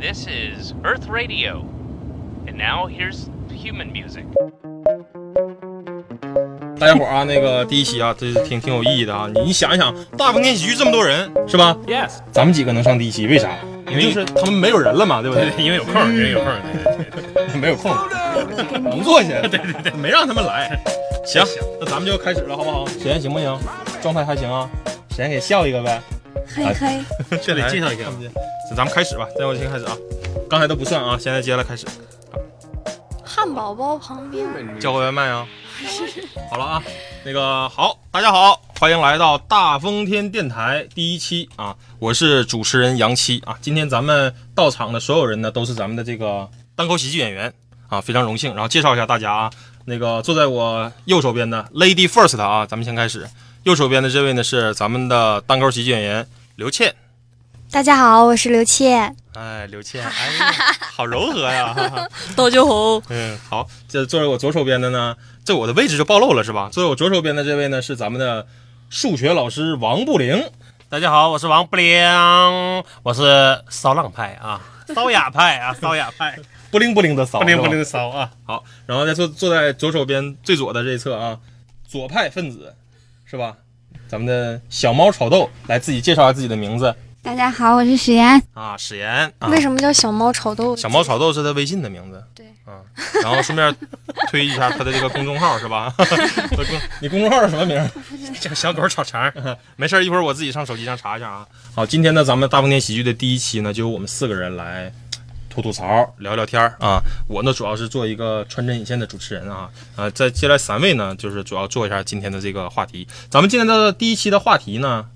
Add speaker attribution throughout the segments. Speaker 1: This is Earth Radio. And now here's human music.
Speaker 2: 大家伙儿啊，那个第一期啊，这是挺挺有意义的啊。你你想一想，大风天喜剧这么多人是吧？
Speaker 1: Yes.
Speaker 2: 咱们几个能上第一期，为啥？因为就是他们没有人了嘛，对不对？
Speaker 1: 因为有空， 因为有空。
Speaker 2: 没有空，能坐下。对对对，没让他们来。 行，那咱们就开始了，好不好？沈岩行不行？状态还行啊？沈岩给笑一个呗。
Speaker 3: 嘿
Speaker 2: 哎
Speaker 3: 嘿，
Speaker 2: 这
Speaker 1: 得介绍一下
Speaker 2: 看不见。 咱们开始吧，再往前开始啊。刚才都不算啊，现在接下来开始
Speaker 3: 汉堡包旁边
Speaker 2: 叫个外卖啊。好了啊，那个好，大家好，欢迎来到大风天电台第一期啊，我是主持人杨七啊。今天咱们到场的所有人呢，都是咱们的这个单口喜剧演员啊，非常荣幸。然后介绍一下大家啊，那个坐在我右手边的 Lady First 啊，咱们先开始。右手边的这位呢是咱们的单口喜剧演员刘倩，
Speaker 3: 大家好，我是刘倩。
Speaker 2: 哎，刘倩，哎呀，好柔和呀、
Speaker 3: 大家好，
Speaker 2: 嗯，好，这坐在我左手边的呢，这我的位置就暴露了是吧？坐在我左手边的这位呢是咱们的数学老师王步灵，
Speaker 4: 大家好，我是王不灵，我是骚浪派啊， 骚雅派啊，骚雅 派，
Speaker 2: 不灵不灵的骚，
Speaker 4: 不灵不
Speaker 2: 是吧
Speaker 4: 灵的骚啊，
Speaker 2: 好，然后再坐坐在左手边最左的这一侧啊，左派分子是吧？咱们的小猫炒豆来自己介绍一下自己的名字
Speaker 3: 大家好，我是许岩。
Speaker 2: 啊，史岩啊，
Speaker 3: 为什么叫小猫炒豆？
Speaker 2: 小猫炒豆是他微信的名字，
Speaker 3: 对
Speaker 2: 啊，然后顺便推一下他的这个公众号是吧？ 我公你公众号是什么名儿？
Speaker 4: 叫 小狗炒 肠，
Speaker 2: 没事儿，一会儿我自己上手机上查一下啊。好，今天呢，咱们大风天喜剧的第一期呢，就由我们四个人来吐吐槽、聊聊天儿啊。我呢，主要是做一个穿针引线的主持人啊。呃，在接下来三位呢，就是主要做一下今天的这个话题。咱们今天的第一期的话题呢，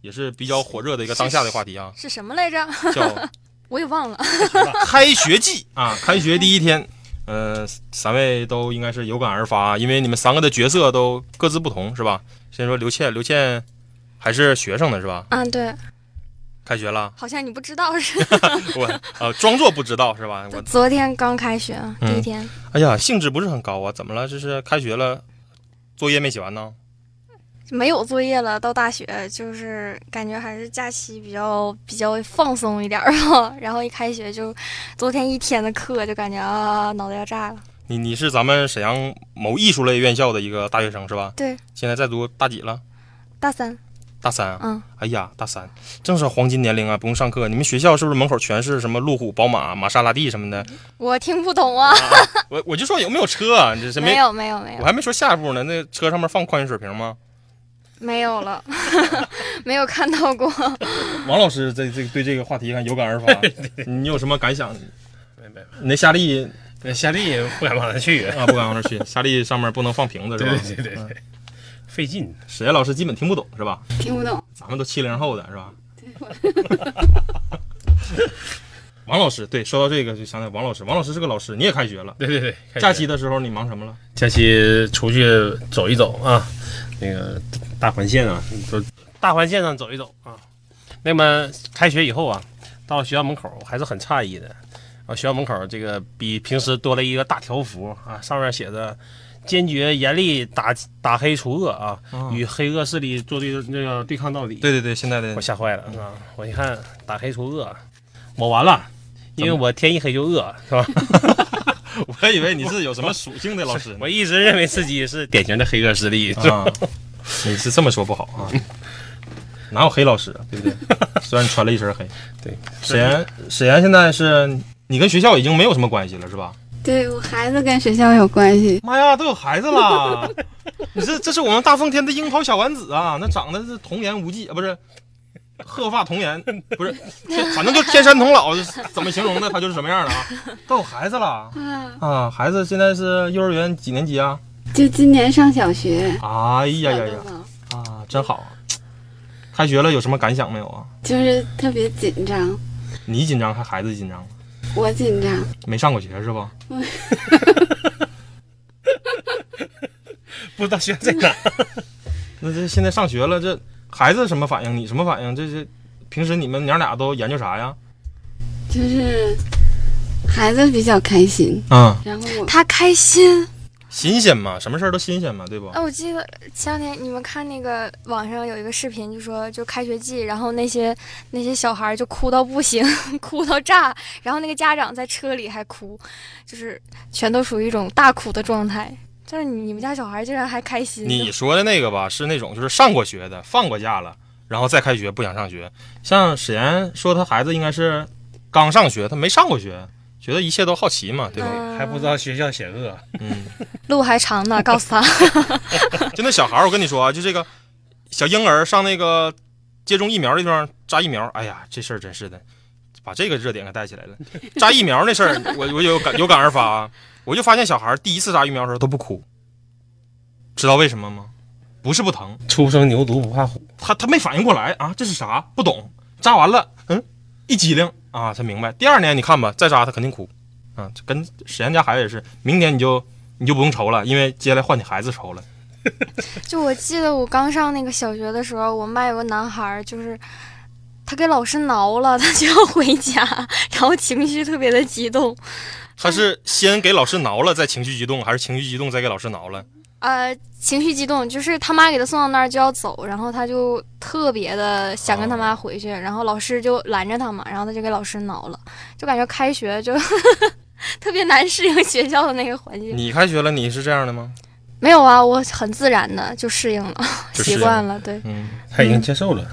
Speaker 2: 也是比较火热的一个当下的话题 啊，
Speaker 3: 是什么来着？
Speaker 2: 叫
Speaker 3: 我也忘了。
Speaker 2: 开学季啊，开学第一天，呃，三位都应该是有感而发，因为你们三个的角色都各自不同，是吧？先说刘倩，刘倩还是学生呢，是吧？
Speaker 3: 啊，对，
Speaker 2: 开学了，
Speaker 3: 好像你不知 道是。
Speaker 2: 我呃装作不知道是 吧？我
Speaker 3: 昨天刚开学，第一天。
Speaker 2: 哎呀，兴致不是很高啊，怎么了？这是开学了，作业没写完呢？
Speaker 3: 没有作业了，到大学就是感觉还是假期比较比较放松一点儿 吧。然后一开学就，昨天一天的课就感觉啊脑袋要炸了。
Speaker 2: 你你是咱们沈阳某艺术类院校的一个大学生是吧？
Speaker 3: 对，
Speaker 2: 现在在读大几了？
Speaker 3: 大三，
Speaker 2: 大三啊。
Speaker 3: 嗯，
Speaker 2: 哎呀，大三正是黄金年龄啊，不用上课。你们学校是不是门口全是什么路虎、宝马、玛莎拉蒂什么的？
Speaker 3: 我听不懂啊。
Speaker 2: 我我就说有没有车、啊？你这是
Speaker 3: 没有没有没有
Speaker 2: 我。还没说下一步呢。那车上面放矿泉水瓶吗？
Speaker 3: 没有了， 没有看到过。
Speaker 2: 王老师这这对这个话题还有感而 发，你有什么感想？
Speaker 4: 没没
Speaker 2: 你那夏利
Speaker 4: 没，夏利不敢往那 去，
Speaker 2: 啊，不敢往那儿去，夏利上面不能放瓶子是
Speaker 4: 对
Speaker 2: 吧？
Speaker 4: 对对对，费劲，
Speaker 2: 史岩老师基本听不懂是吧？
Speaker 5: 听不懂，
Speaker 2: 咱们都七零后的是吧？王老师，对，说到这个就想起王老师，王老师是个老师，你也开学了。
Speaker 4: 对对对，
Speaker 2: 假期的时候你忙什么了？
Speaker 4: 假期出去走一走啊，那个大环线啊，走大环线上走一走啊。那么开学以后啊，到学校门口我还是很诧异的，啊，学校门口这个比平时多了一个大条幅啊，上面写着“坚决严厉打打黑除恶啊，与黑恶势力作对那个对抗到底”。
Speaker 2: 哦对对对，现在的
Speaker 4: 我吓坏了啊！我一看打黑除恶，我完了，因为我天一黑就饿，是吧？
Speaker 2: 我以为你是有什么属性的老师呢
Speaker 4: 我一直认为自己是典型的黑恶势力，是吧？
Speaker 2: 啊，你是这么说不好啊？哪有黑老师啊，对不对？虽然你穿了一身黑。
Speaker 4: 对，
Speaker 2: 沈岩，沈岩现在是你跟学校已经没有什么关系了是吧？
Speaker 5: 对我孩子跟学校有关系，
Speaker 2: 妈呀，都有孩子啦！ 你这这是我们大风天的樱桃小丸子啊，那长得是童颜无忌啊，不是鹤发童颜，不是，天反正就天山童姥，怎么形容的他就是什么样的啊？都有孩子了
Speaker 5: 啊，
Speaker 2: 啊，孩子现在是幼儿园几年级啊？
Speaker 5: 就今年上小学，
Speaker 2: 哎呀呀
Speaker 5: 知道
Speaker 2: 呀
Speaker 5: 吗
Speaker 2: 啊，真好！开学了有什么感想没有啊？
Speaker 5: 就是特别紧张，
Speaker 2: 你紧张还孩子紧张？
Speaker 5: 我紧张，
Speaker 2: 没上过学是吧？
Speaker 4: 不知道学校在哪。
Speaker 2: 那这现在上学了，这孩子什么反应？你什么反应？这是平时你们娘俩都研究啥呀？
Speaker 5: 就是孩子比较开心，
Speaker 2: 嗯，
Speaker 5: 然后我
Speaker 3: 他开心，
Speaker 2: 新鲜嘛，什么事儿都新鲜嘛，对不？
Speaker 3: 哎、我记得前两天你们看那个网上有一个视频，就说就开学季，然后那些那些小孩儿就哭到不行， 哭到炸，然后那个家长在车里还哭，就是全都属于一种大哭的状态。就是你们家小孩竟然还开心，
Speaker 2: 你说的那个吧，是那种就是上过学的，放过假了，然后再开学不想上学。像史岩说，他孩子应该是刚上学，他没上过学，觉得一切都好奇嘛，对吧？
Speaker 3: 嗯
Speaker 4: 还不知道学校险恶，
Speaker 2: 嗯，
Speaker 3: 路还长呢，告诉他。
Speaker 2: 就那小孩儿，我跟你说啊，就这个小婴儿上那个接种疫苗的地方扎疫苗，哎呀，这事儿真是的，把这个热点给带起来了。扎疫苗那事儿，我我有感有感而发啊，我就发现小孩儿第一次扎疫苗的时候都不哭，知道为什么吗？不是不疼，
Speaker 4: 初生牛犊不怕虎。
Speaker 2: 他他没反应过来啊，这是啥？不懂。扎完了，嗯，一激灵啊，才明白。第二年你看吧，再扎他肯定哭，啊，这跟史岩家孩子也是，明年你就你就不用愁了，因为接下来换你孩子愁了。
Speaker 3: 就我记得我刚上那个小学的时候，我们班有个男孩儿，就是他给老师挠了，他就要回家，然后情绪特别的激动。
Speaker 2: 他是先给老师挠了，再情绪激动，还是情绪激动再给老师挠了？
Speaker 3: 呃，情绪激动，就是他妈给他送到那儿就要走，然后他就特别的想跟他妈回去，然后老师就拦着他嘛，然后他就给老师挠了，就感觉开学就 特别难适应学校的那个环境。
Speaker 2: 你开学了，你是这样的吗？
Speaker 3: 没有啊，我很自然的 就适应了，
Speaker 2: 就适应
Speaker 3: 习惯了，对。
Speaker 2: 嗯，
Speaker 4: 他已经接受了，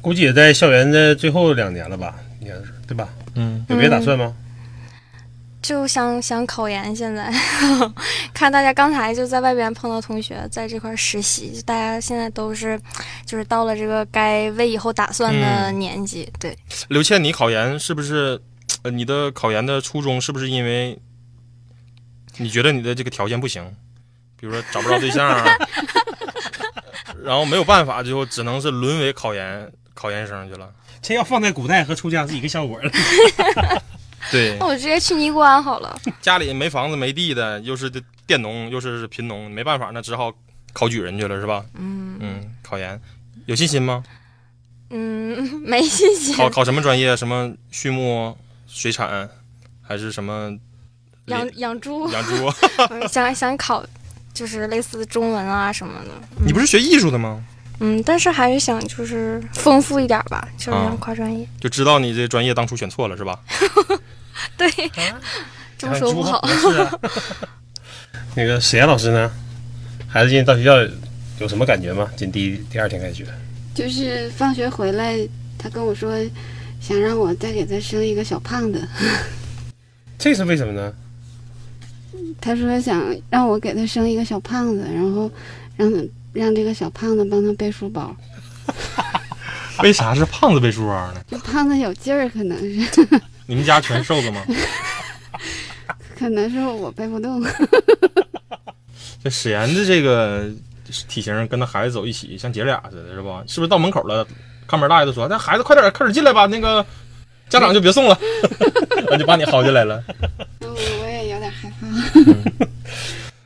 Speaker 4: 估计也在校园的最后两年了吧，应该是对吧？
Speaker 2: 嗯，
Speaker 4: 有别的打算吗？
Speaker 3: 就想想考研，现在 看大家刚才就在外边碰到同学在这块儿实习，就大家现在都是，就是到了这个该为以后打算的年纪，对，
Speaker 2: 刘倩，你考研是不是？呃，你的考研的初衷是不是因为你觉得你的这个条件不行，比如说找不着对象啊，然后没有办法，就只能是沦为考研考研生去了。
Speaker 4: 这要放在古代和出家是一个效果了。
Speaker 2: 对
Speaker 3: 那，我直接去尼姑庵好了。
Speaker 2: 家里没房子没地的，又是佃农，又是贫农，没办法，那只好考举人去了，是吧？
Speaker 3: 嗯
Speaker 2: 嗯，考研有信心吗？
Speaker 3: 嗯， 没信心。
Speaker 2: 考考什么专业？什么畜牧、水产，还是什么
Speaker 3: 养养 猪，嗯
Speaker 2: 养猪？
Speaker 3: 想想考，就是类似中文啊什么的。
Speaker 2: 你不是学艺术的吗？
Speaker 3: 嗯，但是还是想就是丰富一点吧，就是
Speaker 2: 啊
Speaker 3: 想跨专业。
Speaker 2: 就知道你这专业当初选错了是吧？
Speaker 3: 对，
Speaker 2: 啊
Speaker 3: 这么说不好。
Speaker 4: 是啊。那个史岩老师呢？孩子进到学校有什么感觉吗？进第一第二天开学，
Speaker 5: 就是放学回来，他跟我说，想让我再给他生一个小胖子。
Speaker 4: 这是为什么呢？
Speaker 5: 他说想让我给他生一个小胖子，然后让他让这个小胖子帮他背书包。
Speaker 2: 为啥是胖子背书包呢？
Speaker 5: 这胖子有劲儿，可能是
Speaker 2: 你们家全瘦子吗？
Speaker 5: 可能是我背不动。
Speaker 2: 这史岩的这个体型跟他孩子走一起，像姐俩似的，是吧？是不是到门口了，看门大爷都说：“那哎孩子快点，快点进来吧，那个家长就别送了。” 我就把你薅进来了。
Speaker 5: 我我也有点害怕。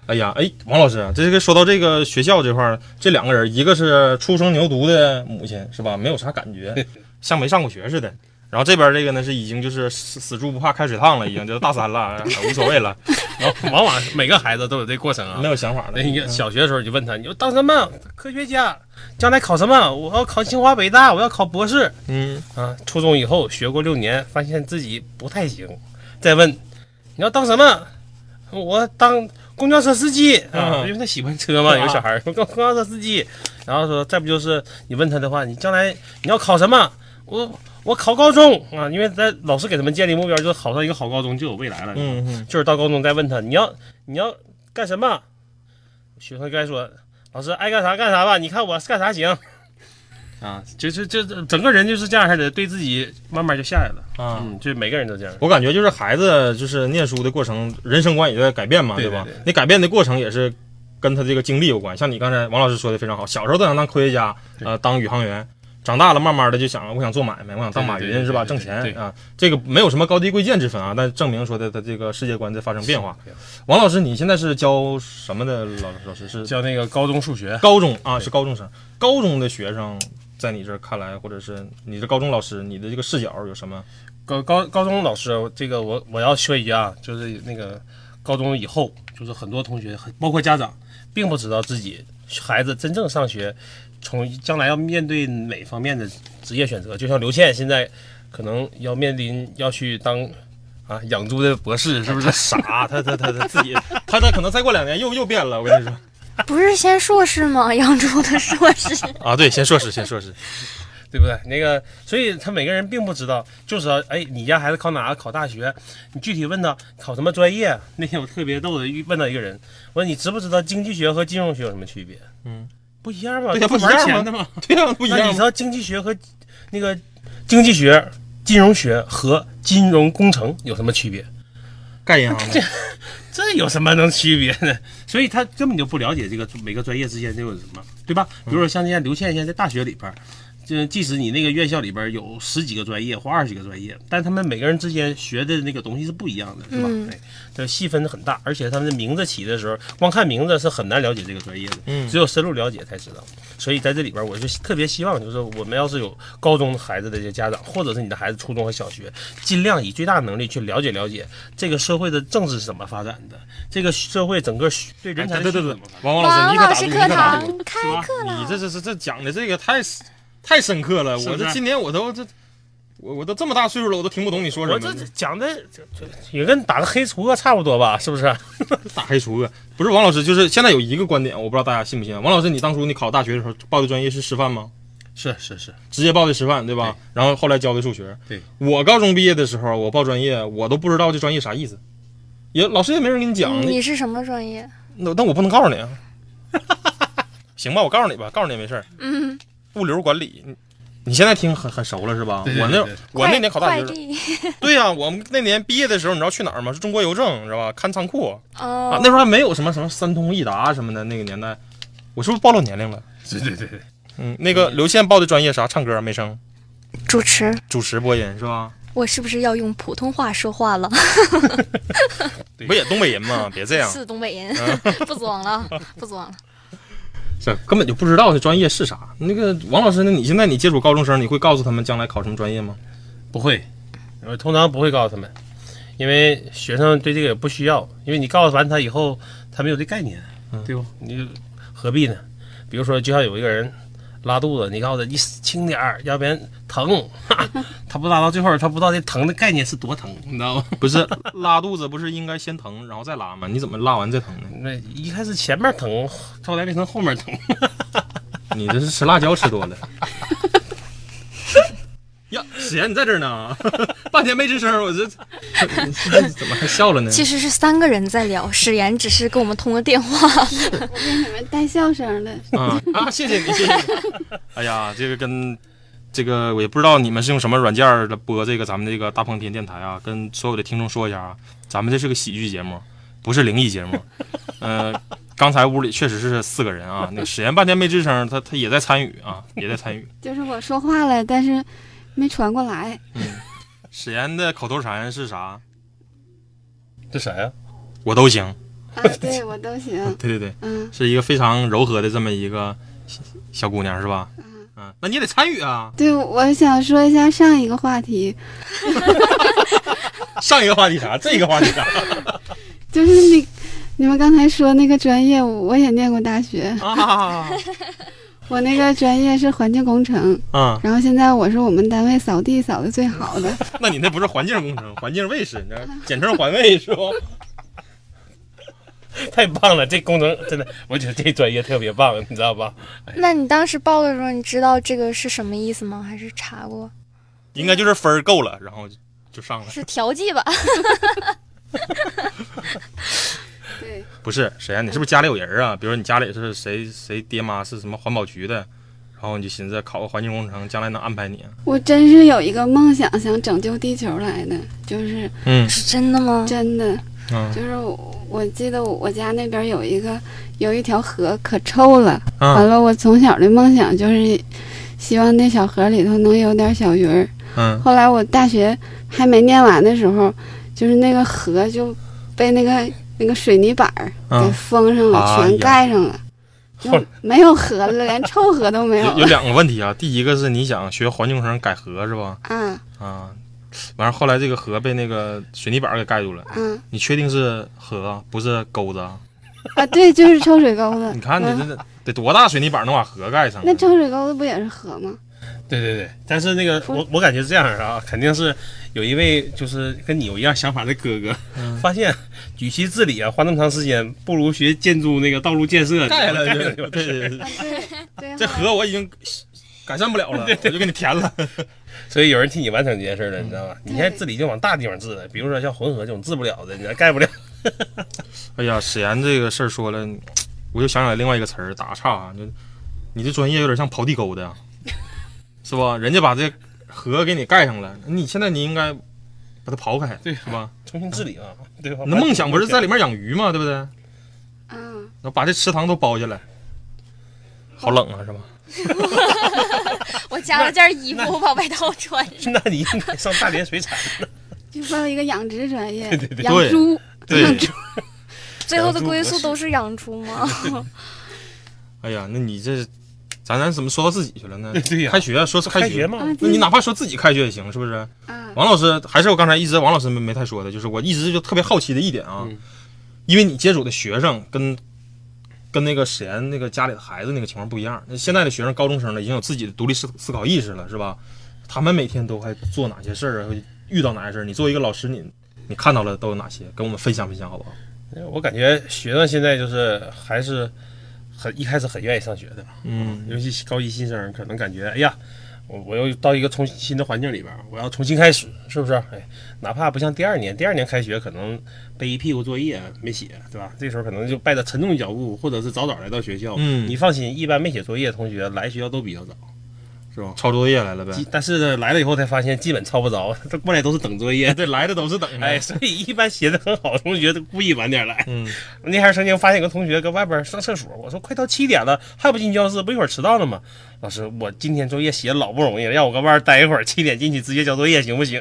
Speaker 2: 哎呀，哎，王老师啊，这个说到这个学校这块儿，这两个人，一个是初生牛犊的母亲是吧？没有啥感觉，像没上过学似的。然后这边这个呢是已经就是死死猪不怕开水烫了，已经就是大三了，无所谓了，
Speaker 4: 往往往每个孩子都有这过程啊
Speaker 2: 没。有想法了
Speaker 4: 那。你小学的时候你就问他，你要当什么科学家？将来考什么？我要考清华北大，我要考博士
Speaker 2: 嗯，
Speaker 4: 啊！初中以后学过六年，发现自己不太行，再问你要当什么？我当公交车司机啊，
Speaker 2: 嗯
Speaker 4: 因为他喜欢车嘛，
Speaker 2: 啊
Speaker 4: 有小孩儿说当公交车司机。然后说再不就是你问他的话，你将来你要考什么？我我考高中啊，因为在老师给他们建立目标，就是考上一个好高中就有未来了。
Speaker 2: 嗯嗯，
Speaker 4: 就是到高中再问他你要你要干什么，学生该说老师爱干啥干啥吧，你看我干啥行。啊，就是这整个人就是这样式的，对自己慢慢就下来了。
Speaker 2: 啊
Speaker 4: 嗯，就每个人都这样。
Speaker 2: 我感觉就是孩子就是念书的过程，人生观也在改变嘛，
Speaker 4: 对
Speaker 2: 吧
Speaker 4: 对对？
Speaker 2: 你改变的过程也是跟他这个经历有关。像你刚才王老师说的非常好，小时候都想当科学家，
Speaker 4: 对
Speaker 2: 呃，当宇航员。长大了，慢慢的就想，我想做买卖，我想当马
Speaker 4: 对对
Speaker 2: 云
Speaker 4: 对
Speaker 2: 是吧？
Speaker 4: 对
Speaker 2: 挣
Speaker 4: 对
Speaker 2: 钱
Speaker 4: 对
Speaker 2: 啊，这个没有什么高低贵贱之分啊，但证明说的他这个世界观在发生变化
Speaker 4: 是对。
Speaker 2: 王老师，你现在是教什么的老老师？是
Speaker 4: 叫那个高中数学，
Speaker 2: 高中啊，
Speaker 4: 对
Speaker 2: 是高中生，高中的学生，在你这儿看来，或者是你的高中老师，你的这个视角有什么？
Speaker 4: 高高高中老师，这个我我要说一句啊，就是那个高中以后就是很多同学，很包括家长，并不知道自己孩子真正上学，从将来要面对哪方面的职业选择。就像刘倩现在可能要面临要去当。啊，养猪的博士是不是傻？他他他他自己，
Speaker 2: 他他可能再过两年又又变了，我跟你说
Speaker 3: 不是先硕士吗？扬州的硕 士，
Speaker 2: 啊，对，先硕士，先硕士，
Speaker 4: 对不对？那个，所以他每个人并不知道，就知道，哎，你家孩子考哪个考大学？你具体问他考什么专业？那天我特别逗的问到一个人，我说你知不知道经济学和金融学有什么区别？
Speaker 2: 嗯，
Speaker 4: 不一样吗？
Speaker 2: 对呀，不一
Speaker 4: 玩
Speaker 2: 样
Speaker 4: 钱
Speaker 2: 吗？
Speaker 4: 的吗？
Speaker 2: 对呀，不一
Speaker 4: 那你
Speaker 2: 样
Speaker 4: 知
Speaker 2: 吗。
Speaker 4: 道经济学和那个经济学、金融学和金融工程有什么区别？
Speaker 2: 干银行的，
Speaker 4: 这有什么能区别呢？ 所以他根本就不了解这个每个专业之间都有什么，对吧？比如说像现在刘倩现在在大学里边儿，就即使你那个院校里边儿有十几个专业或二十几个专业，但他们每个人之间学的那个东西是不一样的，对吧？
Speaker 3: 嗯
Speaker 4: 哎，这细分很大，而且他们的名字起的时候，光看名字是很难了解这个专业的，
Speaker 2: 嗯
Speaker 4: 只有深入了解才知道。所以在这里边儿，我就特别希望，就是我们要是有高中孩子的这些家长，或者是你的孩子初中和小学，尽量以最大能力去了解了解这个社会的政治是怎么发展的，这个社会整个需对人才
Speaker 2: 哎
Speaker 4: 的
Speaker 2: 对
Speaker 4: 需
Speaker 2: 对对
Speaker 4: 求怎么发展。，
Speaker 2: 王王老师，
Speaker 3: 王
Speaker 2: 你可
Speaker 3: 老
Speaker 2: 打住，
Speaker 3: 师
Speaker 2: 你可打住，
Speaker 3: 课堂开
Speaker 4: 是吧
Speaker 3: 课了，
Speaker 2: 你这这这这讲的这个太太深刻了，
Speaker 4: 是不
Speaker 2: 我
Speaker 4: 是
Speaker 2: 这今年我都这我我都这么大岁数了，我都听不懂你说什
Speaker 4: 我
Speaker 2: 么。
Speaker 4: 这讲的这这也跟打个黑除恶差不多吧，是啊不是？
Speaker 2: 打黑除恶不是王老师，就是现在有一个观点，我不知道大家信不信。啊王老师，你当初你考大学的时候报的专业是师范吗？
Speaker 4: 是是是，
Speaker 2: 直接报的师范对吧？然后后来教的数学。
Speaker 4: 对，
Speaker 2: 我高中毕业的时候，我报专业，我都不知道这专业啥意思，也老师也没人给你讲。
Speaker 3: 嗯你是什么专业？
Speaker 2: 那但我不能告诉你啊。 行吧，我告诉你吧，告诉你也没事儿。
Speaker 3: 嗯，
Speaker 2: 物流管理，你你现在听很很熟了是吧？
Speaker 4: 对对
Speaker 2: 我
Speaker 4: 对
Speaker 2: 那
Speaker 4: 对
Speaker 2: 我那年考大学
Speaker 3: 快
Speaker 2: 的时候，
Speaker 3: 递，
Speaker 2: 对呀、我们那年毕业的时候，你知道去哪儿吗？是中国邮政，你知道吧？看仓库。啊
Speaker 3: 哦，，
Speaker 2: 那时候还没有什么什么三通一达什么的，那个年代，我是不是暴露年龄了？
Speaker 4: 对对对对，
Speaker 2: 嗯，那个刘倩报的专业啥？唱歌、美声、
Speaker 3: 主持，
Speaker 2: 主持、播音是吧？
Speaker 3: 我是不是要用普通话说话了？
Speaker 4: 对
Speaker 2: 不也东北人吗？别 这样，
Speaker 3: 是东北人，
Speaker 2: 嗯
Speaker 3: 不装了，不装了。
Speaker 2: 是根本就不知道这专业是啥。那个王老师，那你现在你接触高中生，你会告诉他们将来考什么专业吗？
Speaker 4: 不会，我通常不会告诉他们，因为学生对这个也不需要，因为你告诉完他以后，他没有这概念，
Speaker 2: 嗯
Speaker 4: 对
Speaker 2: 哦
Speaker 4: 吧？你何必呢？比如说，就像有一个人拉肚子，你告诉他你轻点儿，要不然疼，哈他不拉到最后，他不知道这疼的概念是多疼，你知道吗？
Speaker 2: 不是拉肚子，不是应该先疼然后再拉吗？你怎么拉完再疼呢？
Speaker 4: 那一开始前面疼，后来变成后面疼，
Speaker 2: 你这是吃辣椒吃多了。 呀，史岩你在这儿呢， 半天没吱声，我 这怎么还笑了呢？
Speaker 3: 其实是三个人在聊，史岩只是跟我们通个电话。
Speaker 5: 我给你们带笑声的。
Speaker 2: 啊 啊！谢谢你，谢谢你。哎呀，这个跟这个我也不知道你们是用什么软件儿来播这个咱们这个大鹏天电台啊，跟所有的听众说一下啊，咱们这是个喜剧节目，不是灵异节 目。呃，刚才屋里确实是四个人啊，那个史岩半天没吱声，他他也在参与啊，也在参与。
Speaker 5: 就是我说话了，但是没传过来。
Speaker 2: 史岩的口头禅是啥？
Speaker 4: 这啥呀？
Speaker 2: 我都行。
Speaker 5: 啊，对我都行。
Speaker 2: 对对对，
Speaker 5: 嗯
Speaker 2: 是一个非常柔和的这么一个小小姑娘是吧？
Speaker 5: 嗯，
Speaker 2: 嗯，那你也得参与啊。
Speaker 5: 对，我想说一下上一个话题，
Speaker 2: 上一个话题啥？这一个话题 啥？
Speaker 5: 就是你你们刚才说那个专业，我也念过大学，
Speaker 2: 啊，
Speaker 5: 我那个专业是环境工程，
Speaker 2: 嗯。
Speaker 5: 然后现在我是我们单位扫地扫的最好的。
Speaker 2: 那你那不是环境工程，环境卫士，你这简称环卫是不？
Speaker 4: 太棒了，这工程真的，我觉得这专业特别棒，你知道吧？
Speaker 3: 那你当时报的时候，你知道这个是什么意思吗？还是查过？
Speaker 2: 应该就是分儿够了，然后就就上了。
Speaker 3: 是调剂吧？
Speaker 5: 对，
Speaker 2: 不是谁啊？你是不是家里有人啊？比如你家里是谁谁爹妈是什么环保局的，然后你就寻思考个环境工程，将来能安排你。
Speaker 5: 我真是有一个梦想，想拯救地球来的，就是
Speaker 2: 嗯
Speaker 3: 是真的吗？
Speaker 5: 真的，
Speaker 2: 嗯
Speaker 5: 就是我我记得我家那边有一个有一条河可臭了，完
Speaker 2: 嗯
Speaker 5: 了我从小的梦想就是希望那小河里头能有点小鱼儿。
Speaker 2: 嗯，
Speaker 5: 后来我大学还没念完的时候，就是那个河就被那个那个水泥板儿给
Speaker 2: 嗯
Speaker 5: 封上了，
Speaker 2: 哎呀
Speaker 5: 全盖上了，就
Speaker 4: 后来
Speaker 5: 没有河了，连臭河都没有
Speaker 2: 有有
Speaker 5: 了。
Speaker 2: 两个问题啊。第一个是你想学环境工程改革是吧？
Speaker 5: 啊，
Speaker 2: 啊，完事儿后来这个河被那个水泥板儿给盖住了。
Speaker 5: 嗯
Speaker 2: 你确定是河啊，不是沟子啊？
Speaker 5: 啊，对，就是抽水沟子。
Speaker 2: 你看你
Speaker 5: 嗯
Speaker 2: 这得多大水泥板能把河盖上啊？
Speaker 5: 那抽水沟子不也是河吗？
Speaker 4: 对对对，但是那个我我感觉是这样儿啊，肯定是有一位就是跟你有一样想法的哥哥，
Speaker 2: 嗯
Speaker 4: 发现与其治理啊花那么长时间，不如学建筑那个道路建设
Speaker 2: 盖了
Speaker 4: 盖
Speaker 2: 就
Speaker 4: 了
Speaker 2: 对
Speaker 4: 就
Speaker 2: 对对，
Speaker 5: 啊，对对。
Speaker 2: 这河我已经改善不了 了，我就给你填了。
Speaker 4: 所以有人替你完成这件事儿了，你知道吧？你现在治理就往大地方治了，比如说像浑河这种治不了的，你还盖不了。
Speaker 2: 哎呀，史岩这个事儿说了，我又想起来另外一个词儿，打岔啊，就你这专业有点像刨地沟的，啊是吧？人家把这河给你盖上了，你现在你应该把它刨开，
Speaker 4: 对
Speaker 2: 是吧？
Speaker 4: 重新治理啊，对吧？
Speaker 2: 你的梦想不是在里面养鱼吗？对不对？然
Speaker 5: 啊，
Speaker 2: 后把这池塘都包下来，好冷啊，是吧？
Speaker 3: 我加了件衣
Speaker 4: 那
Speaker 3: 服，我把外套穿上。
Speaker 4: 那你应该上大连水产。
Speaker 5: 就报一个养殖专业，
Speaker 2: 对
Speaker 5: 养猪，
Speaker 2: 对
Speaker 5: 养猪。
Speaker 3: 最后的
Speaker 4: 养猪
Speaker 3: 归
Speaker 4: 博
Speaker 3: 宿
Speaker 4: 士
Speaker 3: 都是养猪 吗？
Speaker 2: 哎呀，那你这咱咱怎么说到自己去了呢？
Speaker 4: 对呀
Speaker 2: 开学说是开
Speaker 4: 开学嘛，
Speaker 5: 啊
Speaker 2: 那你哪怕说自己开学也行，是不是？
Speaker 5: 啊，
Speaker 2: 王老师还是我刚才一直王老师没没太说的，就是我一直就特别好奇的一点啊，
Speaker 4: 嗯
Speaker 2: 因为你接触的学生跟跟那个史岩那个家里的孩子那个情况不一样，那现在的学生高中生了已经有自己的独立思思考意识了，是吧？他们每天都还做哪些事儿啊？会遇到哪些事儿？你作为一个老师，你你看到了都有哪些？跟我们分享分享好不好？
Speaker 4: 我感觉学生现在就是还是很一开始很愿意上学的，啊
Speaker 2: 嗯，
Speaker 4: 尤其高一新生可能感觉，哎呀，我我又到一个重新的环境里边儿，我要重新开始，是不是？哎，哪怕不像第二年，第二年开学可能背一屁股作业没写，对吧？这时候可能就迈着沉重的脚步，或者是早早来到学校。
Speaker 2: 嗯
Speaker 4: 你放心，一般没写作业的同学来学校都比较早，是吧？
Speaker 2: 抄作业来了呗？
Speaker 4: 基但是呢，来了以后才发现基本抄不着， 他过来都是等作业。
Speaker 2: 对，来的都是等
Speaker 4: 哎，所以一般写的很好的同学都故意晚点来。
Speaker 2: 嗯，
Speaker 4: 我那天曾经发现有个同学搁外边上厕所，我说快到七点了还不进教室，不一会儿迟到了吗？老师，我今天作业写老不容易了，让我搁外边待一会儿，七点进去直接交作业行不行？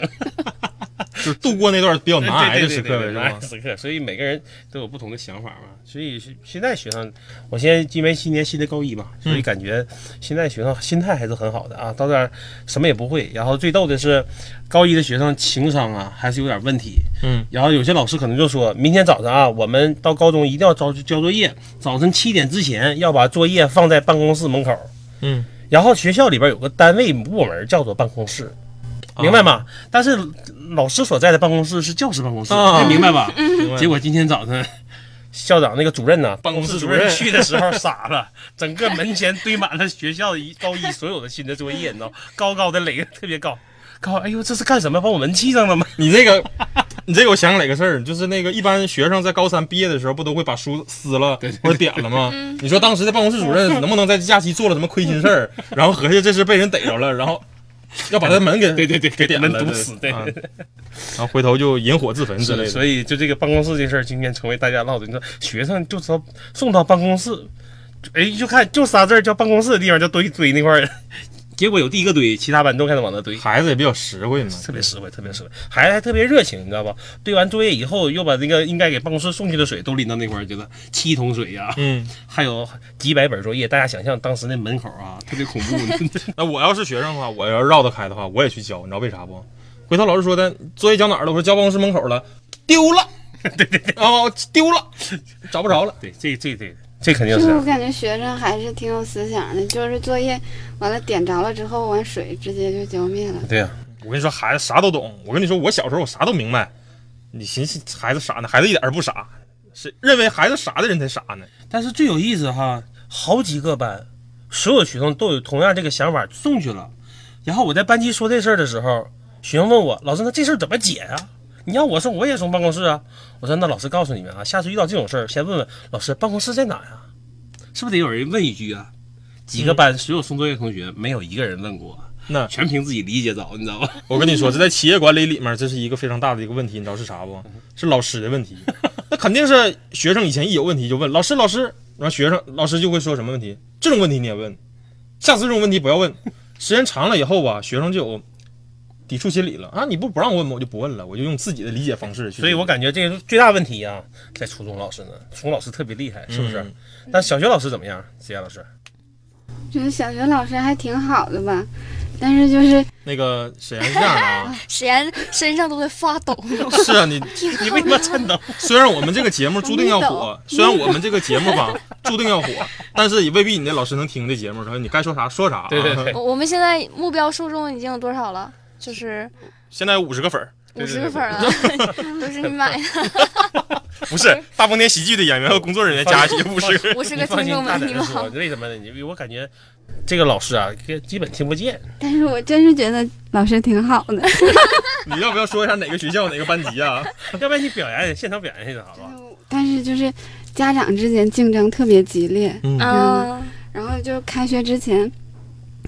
Speaker 2: 就是度过那段比较难挨的时刻呗，
Speaker 4: 哎对对对对
Speaker 2: 是
Speaker 4: 难挨
Speaker 2: 吧？
Speaker 4: 时刻，所以每个人都有不同的想法嘛。所以是现在学生，我现在因为今年新的高一嘛，所以
Speaker 2: 嗯
Speaker 4: 感觉现在学生心态还是很好的啊。到这儿什么也不会，然后最逗的是，高一的学生情商啊还是有点问题。
Speaker 2: 嗯，
Speaker 4: 然后有些老师可能就说，明天早上啊，我们到高中一定要交交作业，早晨七点之前要把作业放在办公室门口。
Speaker 2: 嗯，
Speaker 4: 然后学校里边有个单位部门叫做办公室，
Speaker 2: 哦
Speaker 4: 明白吗？但是老师所在的办公室是教师办公室，
Speaker 2: 啊
Speaker 4: 这明白 吧？
Speaker 2: 明白？
Speaker 4: 结果今天早晨。校长那个主任呢？
Speaker 2: 办公室主
Speaker 4: 主
Speaker 2: 任
Speaker 4: 任去的时候傻 了，整个门前堆满了学校一高一所有的新的作业，你知道，高高的垒得特别高，高，哎呦，这是干什么？把我门气上了吗？
Speaker 2: 你这个， 你这个我想起来个事儿，就是那个一般学生在高三毕业的时候，不都会把书撕了或者点了吗？
Speaker 4: 嗯
Speaker 2: 你说当时的办公室 主任能不能在假期做了什么亏心事儿，然后合计这是被人逮着了，然后要把他门给
Speaker 4: 对对对，
Speaker 2: 给
Speaker 4: 给
Speaker 2: 点了
Speaker 4: 门堵死，对。
Speaker 2: 啊然后回头就引火自焚之类
Speaker 4: 是
Speaker 2: 的。
Speaker 4: 所以就这个办公室这事儿，今天成为大家唠的。你说学生就知道送到办公室，就哎，就看就仨字儿叫办公室的地方就堆堆那块 儿，结果有第一个堆，其他班都开始往那堆。
Speaker 2: 孩子也比较实惠嘛，
Speaker 4: 特别实惠，特别实惠，孩子还特别热情，你知道吧？堆完作业以后，又把那个应该给办公室送去的水都拎到那块儿去了，七桶水呀、
Speaker 2: 嗯，
Speaker 4: 还有几百本作业。大家想象当时那门口啊，特别恐 怖。
Speaker 2: 那我要是学生的话，我要是绕得开的话，我也去交，你知道为啥不？回头老师说的作业交哪儿了？我说交办公室门口了，丢 了。对对对，哦，丢了，找不着了。
Speaker 4: 对，这这这这肯定
Speaker 5: 就是啊是我感觉学生还是挺有思想的，就是作业完了点着了之后，完水直接就浇灭了。
Speaker 4: 对啊呀、
Speaker 2: 我跟你说，孩子啥都懂。我跟你说，我小时候我啥都明白。你寻思孩子傻呢？孩子一点儿不傻，是认为孩子傻的人才傻呢。
Speaker 4: 但是最有意思哈，好几个班，所有学生都有同样这个想法，送去了。然后我在班级说这事儿的时候，学生问我老师，那这事儿怎么解呀、你让我送，我也送办公室啊。我说那老师告诉你们啊，下次遇到这种事儿，先问问老师办公室在哪呀、是不是得有人问一句啊？几个班所有送作业同学，没有一个人问过，啊
Speaker 2: 那嗯
Speaker 4: 全凭自己理解找，你知道吧？
Speaker 2: 我跟你说，这在企业管理里面，这是一个非常大的一个问题，你知道是啥不？是老师的问题。那肯定是学生以前一有问题就问老师，老师，然后学生老师就会说什么问题？这种问题你也问，下次这种问题不要问。时间长了以后吧，学生就有抵触心理了啊！你不不让我问吗？我就不问了，我就用自己的理解方式去。
Speaker 4: 所以我感觉这个最大问题啊，在初中老师呢，初中老师特别厉害，是不是？
Speaker 2: 嗯
Speaker 4: 但小学老师怎么样？子燕老师？
Speaker 5: 觉得小学老师还挺好的吧，但是就是
Speaker 2: 那个沈阳是这样的 啊，
Speaker 3: 沈阳身上都在发抖。
Speaker 5: 哎
Speaker 2: 是啊，你
Speaker 4: 你为什么颤抖？
Speaker 2: 虽然我们这个节目注定要
Speaker 3: 我
Speaker 2: 火
Speaker 3: 没，
Speaker 2: 虽然我们这个节目吧 注定要火，但是也未必你那老师能听这节目，然后你该说啥说啥、啊。
Speaker 4: 对对对，
Speaker 3: 我我们现在目标受众已经有多少了？就是
Speaker 2: 现在有五十个粉儿，
Speaker 3: 五
Speaker 4: 对对
Speaker 3: 十
Speaker 4: 对
Speaker 3: 个粉儿了， 都是你买的。
Speaker 2: 不
Speaker 5: 哎
Speaker 2: 是大风天喜剧的演员和工作人员加 起五十个。
Speaker 3: 五十
Speaker 4: 你
Speaker 3: 个
Speaker 4: 放
Speaker 3: 听
Speaker 4: 心
Speaker 3: 众
Speaker 4: 大
Speaker 3: 们，
Speaker 4: 胆
Speaker 3: 你
Speaker 4: 的说，
Speaker 3: 们
Speaker 4: 为什么呢？因为我感觉这个老师啊，基本听不见。
Speaker 5: 但是我真是觉得老师挺好的。
Speaker 2: 你要不要说一下哪个学校哪个班级 啊？
Speaker 4: 要不然你表扬现场表扬一下好不好？
Speaker 5: 但是就是家长之间竞争特别激烈，
Speaker 2: 嗯，
Speaker 3: 啊，
Speaker 5: 然后就开学之前，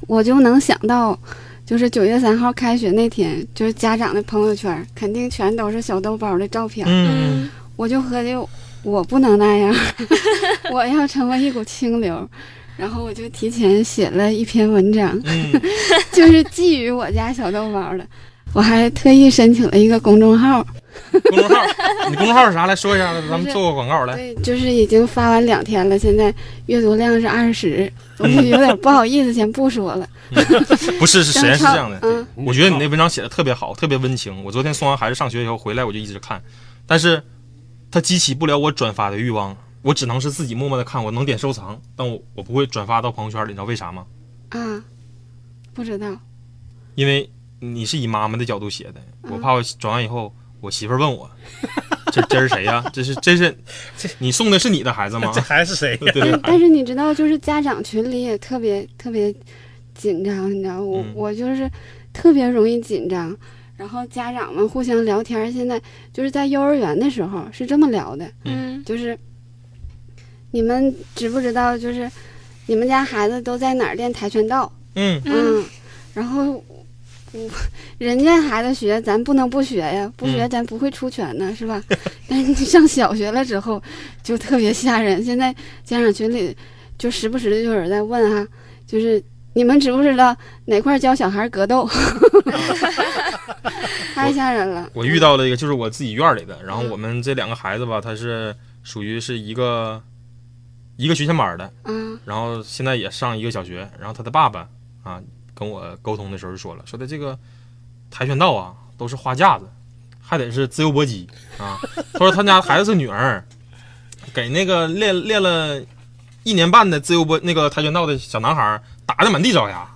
Speaker 5: 我就能想到，就是九月三号开学那天，就是家长的朋友圈肯定全都是小豆包的照片，
Speaker 2: 嗯，
Speaker 5: 我就合计我不能 那样，我要成为一股清流。然后我就提前写了一篇文章，
Speaker 2: 嗯，
Speaker 5: 就是觊觎我家小豆包的。我还特意申请了一个公众号，
Speaker 2: 公众号，你公众号是啥？来说一下，咱们做个广告来。
Speaker 5: 对，就是已经发完两天了，现在阅读量是二十，我就有点不好意思，先不说 了。
Speaker 2: 不是，是沈岩是
Speaker 5: 张超
Speaker 2: 这样的，
Speaker 5: 嗯，
Speaker 2: 我觉得你那文章写的特别好，特别温情。我昨天送完孩子上学以后回来，我就一直看，但是它激起不了我转发的欲望，我只能是自己默默的看。我能点收藏，但我我不会转发到朋友圈里，你知道为啥吗？
Speaker 5: 啊，不知道，
Speaker 2: 因为你是以妈妈的角度写的，我怕我转完以后，我媳妇儿问我，这这是谁呀、这是这是你送的是你的孩 子吗
Speaker 4: 这？孩子是谁？
Speaker 2: 对对
Speaker 5: 但
Speaker 2: 对，
Speaker 5: 但是你知道，就是家长群里也特别特别紧张，你知道，我、
Speaker 2: 嗯
Speaker 5: 我就是特别容易紧张。然后家长们互相聊天儿，现在就是在幼儿园的时候是这么聊的，
Speaker 3: 嗯，
Speaker 5: 就是你们知不知道，就是你们家孩子都在哪儿练跆拳道？
Speaker 2: 嗯，
Speaker 3: 嗯
Speaker 5: 嗯，然后我人家孩子学，咱不能不学呀，不学
Speaker 2: 嗯
Speaker 5: 咱不会出拳 呢，是吧？但是你上小学了之后就特别吓人，现在家长群里就时不时的就有人在问哈、就是。你们知不知道哪块儿教小孩格 斗？太吓人了！
Speaker 2: 我遇到了一个，就是我自己院儿里的。然后我们这两个孩子吧，他是属于是一个一个学前班儿的，
Speaker 5: 啊，
Speaker 2: 然后现在也上一个小学，然后他的爸爸啊跟我沟通的时候就说了，说的这个跆拳道啊都是花架子，还得是自由搏击啊。 他说他家孩子是女儿，给那个练练了一年半的自由搏那个跆拳道的小男孩儿打的满地找牙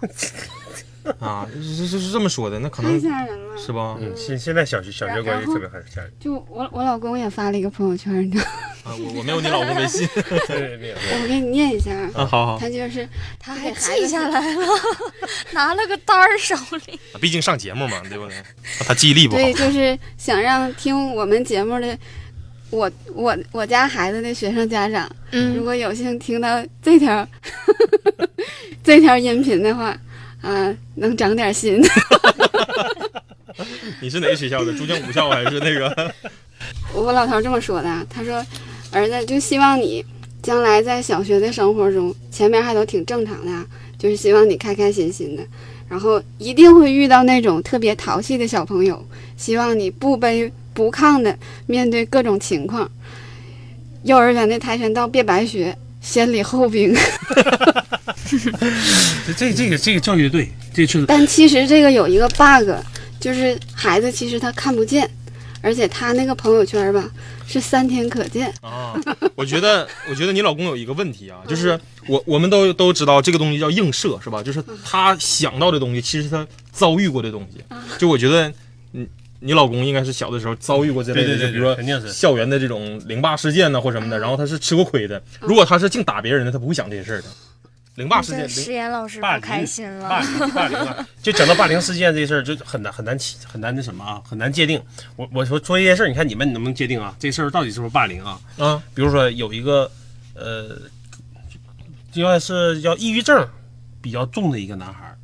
Speaker 2: 啊，是是是这么说的，那可
Speaker 5: 太
Speaker 2: 能
Speaker 5: 吓人 了！
Speaker 2: 是吧？
Speaker 4: 嗯，现现在小学小学关系特别很 吓人。
Speaker 5: 就我我老公也发了一个朋友圈，你知道吗，
Speaker 2: 啊，我我没有你老公微信
Speaker 4: 对没有没有
Speaker 5: 我给你念一下啊，
Speaker 2: 啊，好好，
Speaker 5: 他就是
Speaker 3: 他
Speaker 5: 给
Speaker 3: 啊还
Speaker 5: 孩子
Speaker 3: 记下来了， 拿了个单儿手里。
Speaker 2: 啊毕竟上节目嘛，对不对？啊他记忆力不好
Speaker 5: 对，，就是想让听我们节目的我我我家孩子的学生家长，如
Speaker 3: 嗯，
Speaker 5: 果有幸听到这条 这条音频的话，啊，能长点心。
Speaker 2: 你是哪个学校的？珠江武校还是那个？
Speaker 5: 我老头儿这么说的啊，他说：“儿子，就希望你将来在小学的生活中，前面还都挺正常的啊，就是希望你开开心心的，然后一定会遇到那种特别淘气的小朋友，希望你不卑不亢的面对各种情况。幼儿园的跆拳道别白学，先礼后兵。
Speaker 4: 这这这个这个教育对，这是
Speaker 5: 但其实这个有一个 bug，就是孩子其实他看不见，而且他那个朋友圈吧是三天可见。
Speaker 2: 啊， 我觉得，我觉得你老公有一个问题啊，就是我我们都都知道这个东西叫映射，是吧？就是他想到的东西，其实他遭遇过的东西。就我觉得，你你老公应该是小的时候遭遇过这类的，
Speaker 4: 对对对
Speaker 2: 就比如说
Speaker 4: 肯定是嗯
Speaker 2: 校园的这种凌霸事件呐、啊或什么的，然后他是吃过亏的。如果他是净打别人的，他不会想这些事儿的。凌霸事件，
Speaker 3: 这
Speaker 2: 凌
Speaker 3: 石岩老师
Speaker 4: 霸
Speaker 3: 不
Speaker 4: 凌
Speaker 3: 开心了
Speaker 4: 霸。凌霸凌啊，就讲到霸凌事件这事儿，就很难很难起很难那什么啊，很难界定。我我说说一件事儿，你看你们能不能界定啊？这事儿到底是不是霸凌啊？
Speaker 2: 啊，
Speaker 4: 比如说有一个呃，应该是叫抑郁症比较重的一个男孩儿，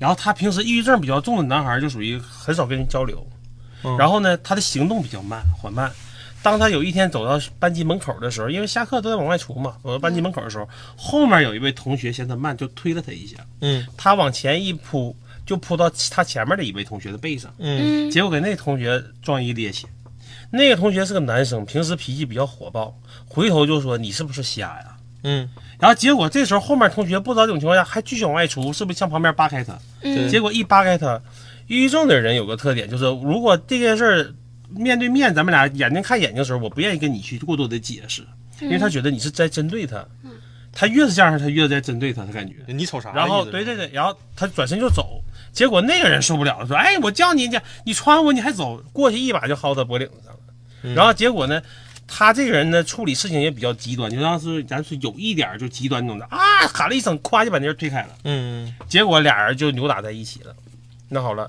Speaker 4: 然后他平时抑郁症比较重的男孩儿就属于很少跟人交流，
Speaker 2: 嗯
Speaker 4: 然后呢，他的行动比较慢缓慢。当他有一天走到班级门口的时候，因为下课都在往外出嘛，走到班级门口的时候，后面有一位同学嫌他慢，就推了他一下，
Speaker 2: 嗯
Speaker 4: 他往前一扑，就扑到他前面的一位同学的背上，
Speaker 2: 嗯
Speaker 3: 嗯，
Speaker 4: 结果给那同学撞一趔趄。那个同学是个男生，平时脾气比较火爆，回头就说：“你是不是瞎呀？
Speaker 2: 嗯，
Speaker 4: 然后结果这时候后面同学不知道这种情况下还继续往外出，是不是向旁边扒开他？
Speaker 2: 对
Speaker 4: 结果一扒开他，抑郁症的人有个特点，就是如果这件事儿面对面，咱们俩眼睛看眼睛的时候，我不愿意跟你去过多的解释，因为他觉得你是在针对他。他越是这样，他越在针对他，他感觉。
Speaker 2: 嗯你瞅啥意思？
Speaker 4: 然后对对对，然后他转身就走，结果那个人受不了了，说：“哎，我叫你，你你穿我，你还走？”过去一把就薅他脖领子上了。
Speaker 2: 嗯
Speaker 4: 然后结果呢，他这个人呢处理事情也比较极端，就像是咱是有一点儿就极端那种的啊，喊了一声，咵就把那人推开了。
Speaker 2: 嗯，
Speaker 4: 结果俩人就扭打在一起了。那好了，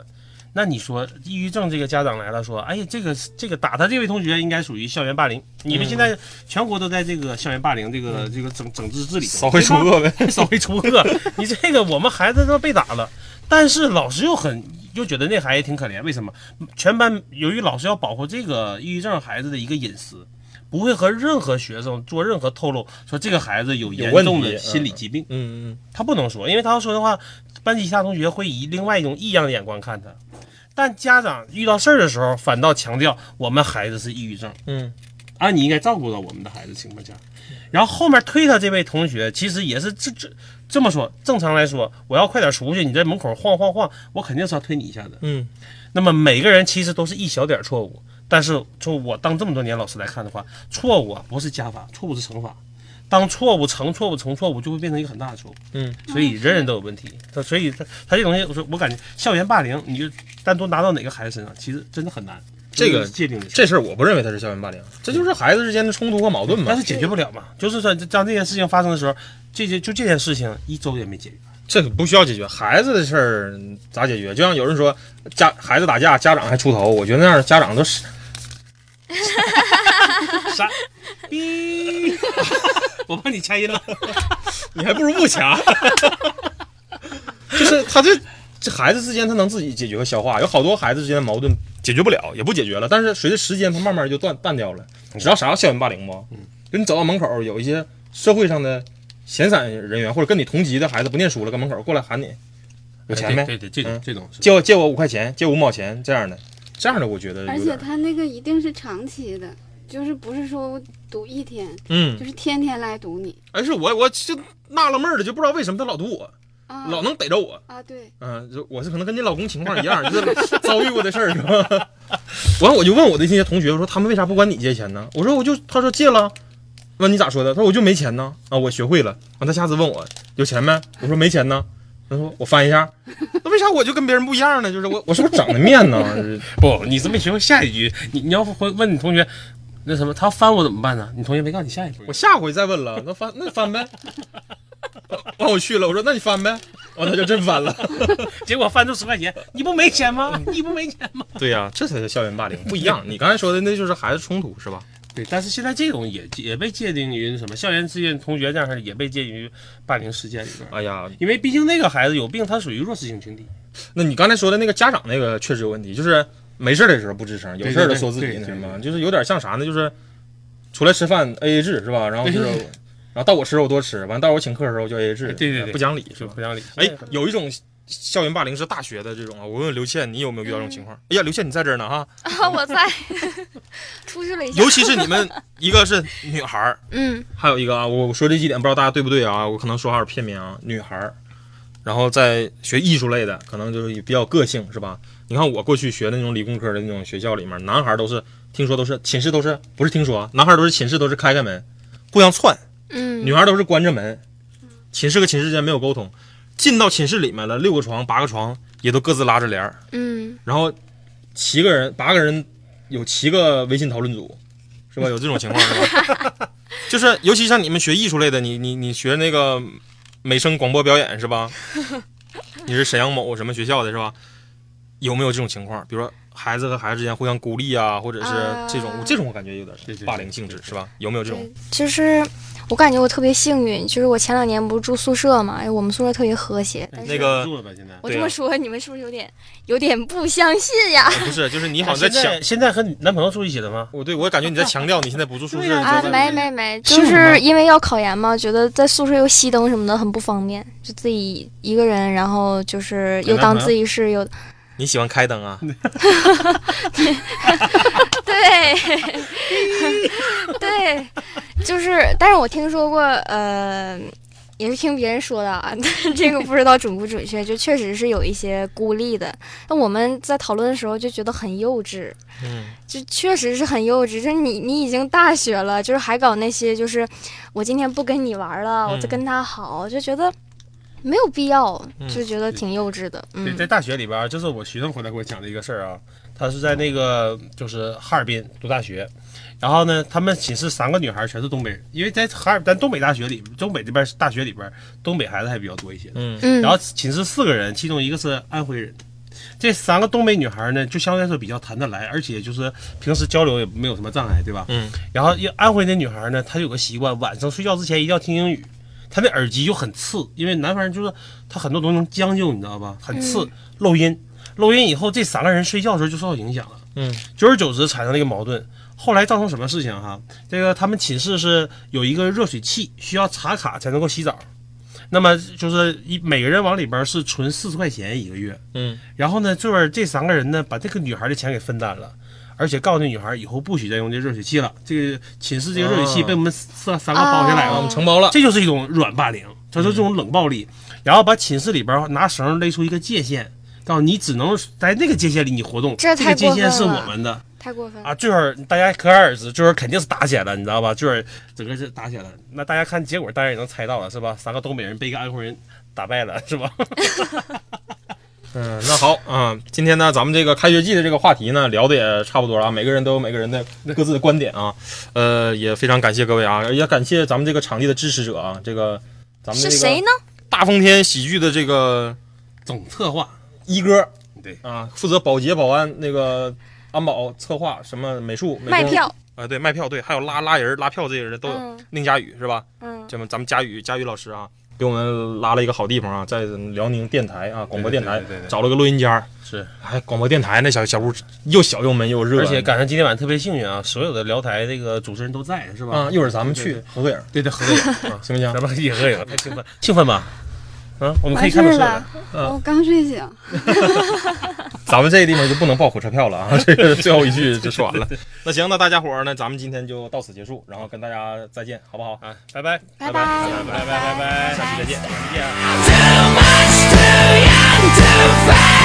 Speaker 4: 那你说抑郁症这个家长来了，说，哎呀，这个这个打他这位同学应该属于校园霸凌。你
Speaker 2: 嗯
Speaker 4: 们现在全国都在这个校园霸凌这个、这个整整治治理中，
Speaker 2: 扫黑除恶呗。
Speaker 4: 扫黑除恶。你这个我们孩子都被打了，但是老师又很又觉得那孩子挺可怜，为什么？全班由于老师要保护这个抑郁症孩子的一个隐私。不会和任何学生做任何透露，说这个孩子有严
Speaker 2: 问
Speaker 4: 重
Speaker 2: 题
Speaker 4: 的心理
Speaker 2: 嗯
Speaker 4: 疾病。
Speaker 2: 嗯
Speaker 4: 他不能说，因为他要说的话，班级其他同学会以另外一种异样的眼光看他。但家长遇到事儿的时候，反倒强调我们孩子是抑郁症，
Speaker 2: 嗯
Speaker 4: 啊，你应该照顾到我们的孩子情况下。然后后面推他这位同学，其实也是这这这么说，正常来说，我要快点出去，你在门口晃晃晃，我肯定是要推你一下的。
Speaker 2: 嗯
Speaker 4: 那么每个人其实都是一小点儿错误，但是从我当这么多年老师来看的话，错误啊不是加法，错误是乘法。当错误乘错误乘错误，就会变成一个很大的错误。
Speaker 2: 嗯，
Speaker 4: 所以人人都有问题。他所以他他这东西，我说我感觉校园霸凌，你就单独拿到哪个孩子身上，其实真的很难。
Speaker 2: 这个
Speaker 4: 就是界定的事儿，
Speaker 2: 这事儿我不认为他是校园霸凌，这就是孩子之间的冲突和矛盾嘛
Speaker 4: 但。是解决不了嘛。就是说，当这件事情发生的时候，这些就这件事情一周也没解 决。
Speaker 2: 这个不需要解决，孩子的事儿咋解决？就像有人说家孩子打架，家长还出头，我觉得那样家长都是
Speaker 4: 啥？ 逼！我帮你掐音了。
Speaker 2: 你还不如不掐。 就是他这这孩子之间他能自己解决和消化，有好多孩子之间的矛盾解决不了，也不解决了，但是随着时间他慢慢就断淡掉了。你知道啥叫校园霸凌不？就你走到门口有一些社会上的闲散人员或者跟你同级的孩子不念书了，搁门口过来喊你有钱没？
Speaker 4: 哎对对，这
Speaker 2: 种
Speaker 4: 种这种
Speaker 2: 借我借我五块钱，借五毛钱这样的，这样的我觉得
Speaker 5: 而
Speaker 2: 有
Speaker 5: 且
Speaker 2: 点
Speaker 5: 他那个一定是长期的，就是不是说读一天，
Speaker 2: 嗯
Speaker 5: 就。是天天来读你
Speaker 2: 哎而是我我就纳了闷儿了，就不知道为什么他老堵我，
Speaker 5: 啊
Speaker 2: 老能逮着我。
Speaker 5: 啊对，
Speaker 2: 嗯、就我是可能跟你老公情况一样，就是 遭遇过的事儿，是吧？完我就问我的那些同学，我说他们为啥不管你借钱呢？我说我就，他说借了。问你咋说的？他说我就没钱呢。啊，我学会了。完、他下次问我有钱没？我说没钱呢。他说我翻一 下。那为啥我就跟别人不一样呢？就是 我我是不是长得面呢？就是
Speaker 4: 不，你是没学会下一句。你你要会问你同学，那什么，他翻我怎么办呢？你同学没告诉你下一步
Speaker 2: 我。下回再问了，那翻那翻 呗。完我去了，我说那你翻呗。完他就真翻了。
Speaker 4: 结果翻出十块钱，你不没钱吗？你不没钱吗？
Speaker 2: 对 呀、这才叫校园霸凌，不一样。你刚才说的那就是孩子冲突是吧？
Speaker 4: 对，但是现在这种也也被界定于什么校园之间同学这样的也被界定于霸凌事件里边儿，
Speaker 2: 哎呀，
Speaker 4: 因为毕竟那个孩子有病，他属于弱势性群体。
Speaker 2: 那你刚才说的那个家长那个确实有问题，就是没事儿的时候不吱声，有事儿了说自己
Speaker 4: 对
Speaker 2: 那
Speaker 4: 对对
Speaker 2: 什么，
Speaker 4: 对
Speaker 2: 就是有点像啥呢？就是出来吃饭 A A 制是吧？然后就是，然后到我吃我多吃，完到我请客的时候就 A A 制，
Speaker 4: 对对对
Speaker 2: 不讲理是
Speaker 4: 就
Speaker 2: 吧？
Speaker 4: 不讲理。
Speaker 2: 哎，有一种校园霸凌是大学的这种啊，我问问刘倩，你有没有遇到这种情况？哎呀，刘倩你在这儿呢哈，
Speaker 3: 啊，我 在出去了一下
Speaker 2: 尤，其是你们一个是女孩儿，
Speaker 3: 嗯，
Speaker 2: 还有一个啊，我我说这几点不知道大家对不对啊，我可能说话有点片面啊。女孩儿，然后在学艺术类的，可能就是比较个性，是吧？你看我过去学的那种理工科的那种学校里面，男孩儿都是听说都是寝室都是不是听说啊，男孩儿都是寝室都是开开门，互相窜，
Speaker 3: 嗯，
Speaker 2: 女孩儿都是关着门，寝室和寝室之间没有沟通，进到寝室里面了，六个床八个床也都各自拉着帘儿，
Speaker 3: 嗯，
Speaker 2: 然后七个人八个人有七个微信讨论组，是 吧？有这种情况是吧？就是尤其像你们学艺术类的，你你你学那个美声广播表演是 吧？你是沈阳某什么学校的是吧？有没有这种情况？比如说孩子和孩子之间互相孤立啊，或者是这种、
Speaker 3: 啊
Speaker 2: 这种，我感觉有点
Speaker 4: 对对对
Speaker 2: 霸凌性质是吧？有没有这种？
Speaker 3: 就是我感觉我特别幸运，就是我前两年不是住宿舍嘛，哎，我们宿舍特别和谐，但是
Speaker 2: 那个
Speaker 4: 住了吧？现在
Speaker 3: 我
Speaker 2: 对
Speaker 3: 这
Speaker 2: 啊
Speaker 3: 么说，你们是不是有点有点不相信呀？
Speaker 2: 不是，就是你好像在
Speaker 4: 啊现
Speaker 2: 强
Speaker 4: 在，现在和你男朋友住一起了吗？
Speaker 2: 我对我感觉你在强调你现在不住宿舍
Speaker 4: 对，啊
Speaker 3: 啊，
Speaker 2: 你在
Speaker 3: 没没没，就
Speaker 4: 幸运吗
Speaker 3: 是因为要考研嘛，觉得在宿舍又熄灯什么的很不方便，就自己一个人，然后就是又当自习室，又
Speaker 2: 你喜欢开灯啊？
Speaker 3: 对对，就是，但是我听说过，呃，也是听别人说的啊，但这个不知道准不准确，就确实是有一些孤立的。那我们在讨论的时候就觉得很幼稚，
Speaker 2: 嗯，
Speaker 3: 就确实是很幼稚。就是你你已经大学了，就是还搞那些，就是我今天不跟你玩了，我
Speaker 2: 嗯
Speaker 3: 就跟他好，就觉得没有必要，
Speaker 2: 嗯
Speaker 3: 就觉得挺幼稚的。嗯，
Speaker 4: 对，在大学里边儿，这是我学生回来给我讲的一个事儿啊。他是在那个就是哈尔滨读大学，然后呢，他们寝室三个女孩儿全是东北人，因为在哈尔咱东北大学里，东北这边儿大学里边儿，东北孩子还比较多一些。
Speaker 3: 嗯，
Speaker 4: 然后寝室四个人，其中一个是安徽人。这三个东北女孩呢，就相对来说比较谈得来，而且就是平时交流也没有什么障碍，对吧？
Speaker 2: 嗯。
Speaker 4: 然后一安徽那女孩呢，她有个习惯，晚上睡觉之前一定要听英语。她那耳机就很刺，因为南方人就是她很多东西能将就，你知道吧？很刺，漏音。漏音以后，这三个人睡觉的时候就受到影响了。
Speaker 2: 嗯，
Speaker 4: 久而久之产生了一个矛盾。后来造成什么事情哈、这个他们寝室是有一个热水器，需要插卡才能够洗澡。那么就是一每个人往里边儿是存四十块钱一个月，
Speaker 2: 嗯，
Speaker 4: 然后呢，最后这三个人呢把这个女孩的钱给分担了，而且告诉那女孩以后不许再用这热水器了，这个寝室这个热水器
Speaker 2: 啊
Speaker 4: 被我们三三个包下来了，
Speaker 2: 哦我们承包了，
Speaker 4: 这就是一种软霸凌，它是这种冷暴力。然后把寝室里边儿拿绳儿勒出一个界限，告诉你只能在那个界限里你活动，
Speaker 3: 这
Speaker 4: 个
Speaker 3: 太
Speaker 4: 界
Speaker 3: 过
Speaker 4: 限
Speaker 3: 分
Speaker 4: 是我
Speaker 3: 了
Speaker 4: 们的。
Speaker 3: 太过分了。
Speaker 4: 啊，最后大家可想而知，最后肯定是打起来了，你知道吧？最后整个是打起来了。那大家看结果，大家也能猜到了，是吧？三个东北人被一个安徽人打败了，是吧？
Speaker 2: 嗯，那好啊、今天呢，咱们这个开学季的这个话题呢，聊的也差不多了啊，每个人都有每个人的各自的观点啊，呃，也非常感谢各位啊，也感谢咱们这个场地的支持者啊，这个咱们
Speaker 3: 是
Speaker 2: 这个
Speaker 3: 谁呢？
Speaker 2: 大风天喜剧的这个
Speaker 4: 总策划，
Speaker 2: 一哥，
Speaker 4: 对
Speaker 2: 啊，负责保洁、保安那个安保策划什么美术、美工
Speaker 3: 卖票，
Speaker 2: 啊、对，卖票对，还有拉拉人儿、拉票这些人都有，
Speaker 3: 嗯
Speaker 2: 宁佳宇是吧？
Speaker 3: 嗯，
Speaker 2: 这么咱们佳宇佳宇老师啊，给我们拉了一个好地方啊，在辽宁电台啊广播
Speaker 4: 对
Speaker 2: 电
Speaker 4: 对
Speaker 2: 台
Speaker 4: 对对对
Speaker 2: 找了个录音间儿，
Speaker 4: 是，
Speaker 2: 哎，广播电台那小小屋又小又闷又热，
Speaker 4: 而且赶上今天晚上特别幸运啊，所有的聊台这个主持人都在，是吧？
Speaker 2: 啊，一会儿咱们去合个影儿，
Speaker 4: 对对，合影， 啊
Speaker 2: 行不行
Speaker 4: 咱？们也合影，太兴奋，兴奋吧？啊，我们可以
Speaker 5: 完事
Speaker 4: 看到
Speaker 5: 儿
Speaker 4: 所有
Speaker 5: 了
Speaker 4: 的，，
Speaker 5: 我刚睡醒。
Speaker 2: 咱们这个地方就不能报火车票了 啊，这个最后一句就说完了。 那行，那大家伙儿呢，咱们今天就到此结束，然后跟大家再见，好不好？
Speaker 4: 啊，拜拜，
Speaker 3: 拜
Speaker 4: 拜
Speaker 3: 拜
Speaker 4: 拜拜拜拜拜，下期再见，再见啊。
Speaker 6: Too much, too young, too fast.